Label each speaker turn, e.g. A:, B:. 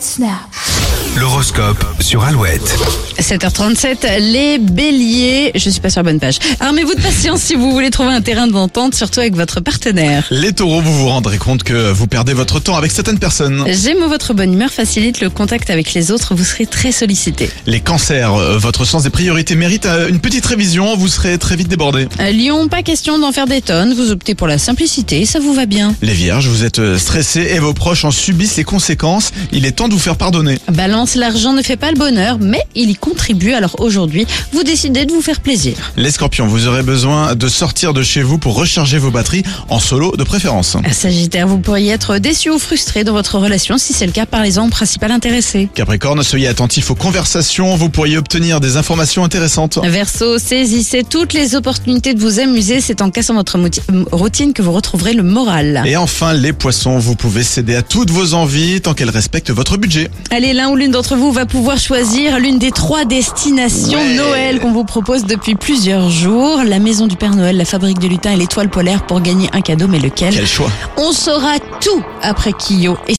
A: snap.
B: L'horoscope sur Alouette.
C: 7h37, les béliers, je suis pas sur la bonne page. Armez-vous de patience si vous voulez trouver un terrain d'entente, surtout avec votre partenaire.
D: Les taureaux, vous vous rendrez compte que vous perdez votre temps avec certaines personnes.
C: Gémeaux, votre bonne humeur facilite le contact avec les autres, vous serez très sollicité.
D: Les cancers, euh, votre sens des priorités mérite euh, une petite révision, vous serez très vite débordé.
C: Euh, Lyon, pas question d'en faire des tonnes, vous optez pour la simplicité, ça vous va bien.
D: Les vierges, vous êtes euh, stressés et vos proches en subissent les conséquences. Il est temps de vous faire pardonner.
C: Balance, l'argent ne fait pas le bonheur, mais il y contribue, alors aujourd'hui, vous décidez de vous faire plaisir.
D: Les scorpions, vous aurez besoin de sortir de chez vous pour recharger vos batteries, en solo de préférence.
C: Euh, Sagittaire, vous pourriez être déçu ou frustré dans votre relation, si c'est le cas, parlez-en au principal intéressé.
D: Capricorne, soyez attentifs aux conversations, vous pourriez obtenir des informations intéressantes.
C: Verseau, saisissez toutes les opportunités de vous amuser. C'est en cassant votre moti- m- routine que vous retrouverez le moral.
D: Et enfin, les poissons, vous pouvez céder à toutes vos envies tant qu'elles respectent votre budget.
C: Allez, l'un ou l'une d'entre vous va pouvoir choisir l'une des trois destinations
D: Ouais.
C: Noël qu'on vous propose depuis plusieurs jours. La maison du Père Noël, la fabrique de lutins et l'étoile polaire pour gagner un cadeau, mais lequel
D: Quel choix
C: On saura tout après Kyo et